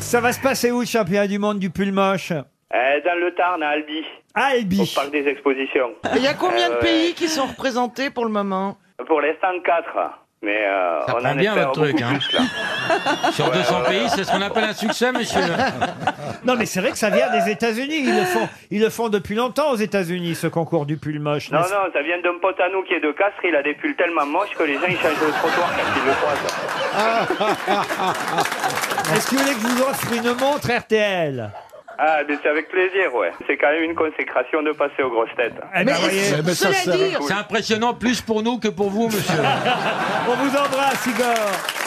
Ça va se passer où le championnat du monde du pull moche Euh, dans le Tarn, à Albi, À au Albi. parc des expositions. Il y a combien de Euh, pays qui sont représentés pour le moment Pour l'instant, 4. Mais euh, Ça on prend en bien, espère votre truc, beaucoup hein. plus, là. Sur 200 pays, c'est ce qu'on appelle un succès, monsieur. Non, mais c'est vrai que ça vient des États-Unis. Ils le font, ils le font depuis longtemps aux États-Unis, ce concours du pull moche. Non, n'est-ce non, ça vient d'un pote à nous qui est de Castres. Il a des pulls tellement moches que les gens ils changent le trottoir quand ils le croisent. Est-ce que vous voulez que je vous offre une montre RTL Ah, mais c'est avec plaisir, ouais. C'est quand même une consécration de passer aux grosses têtes. Eh ben, voyez, Eh ben, ça, Cela ça- dit, C'est impressionnant plus pour nous que pour vous, monsieur. on vous embrasse, Igor.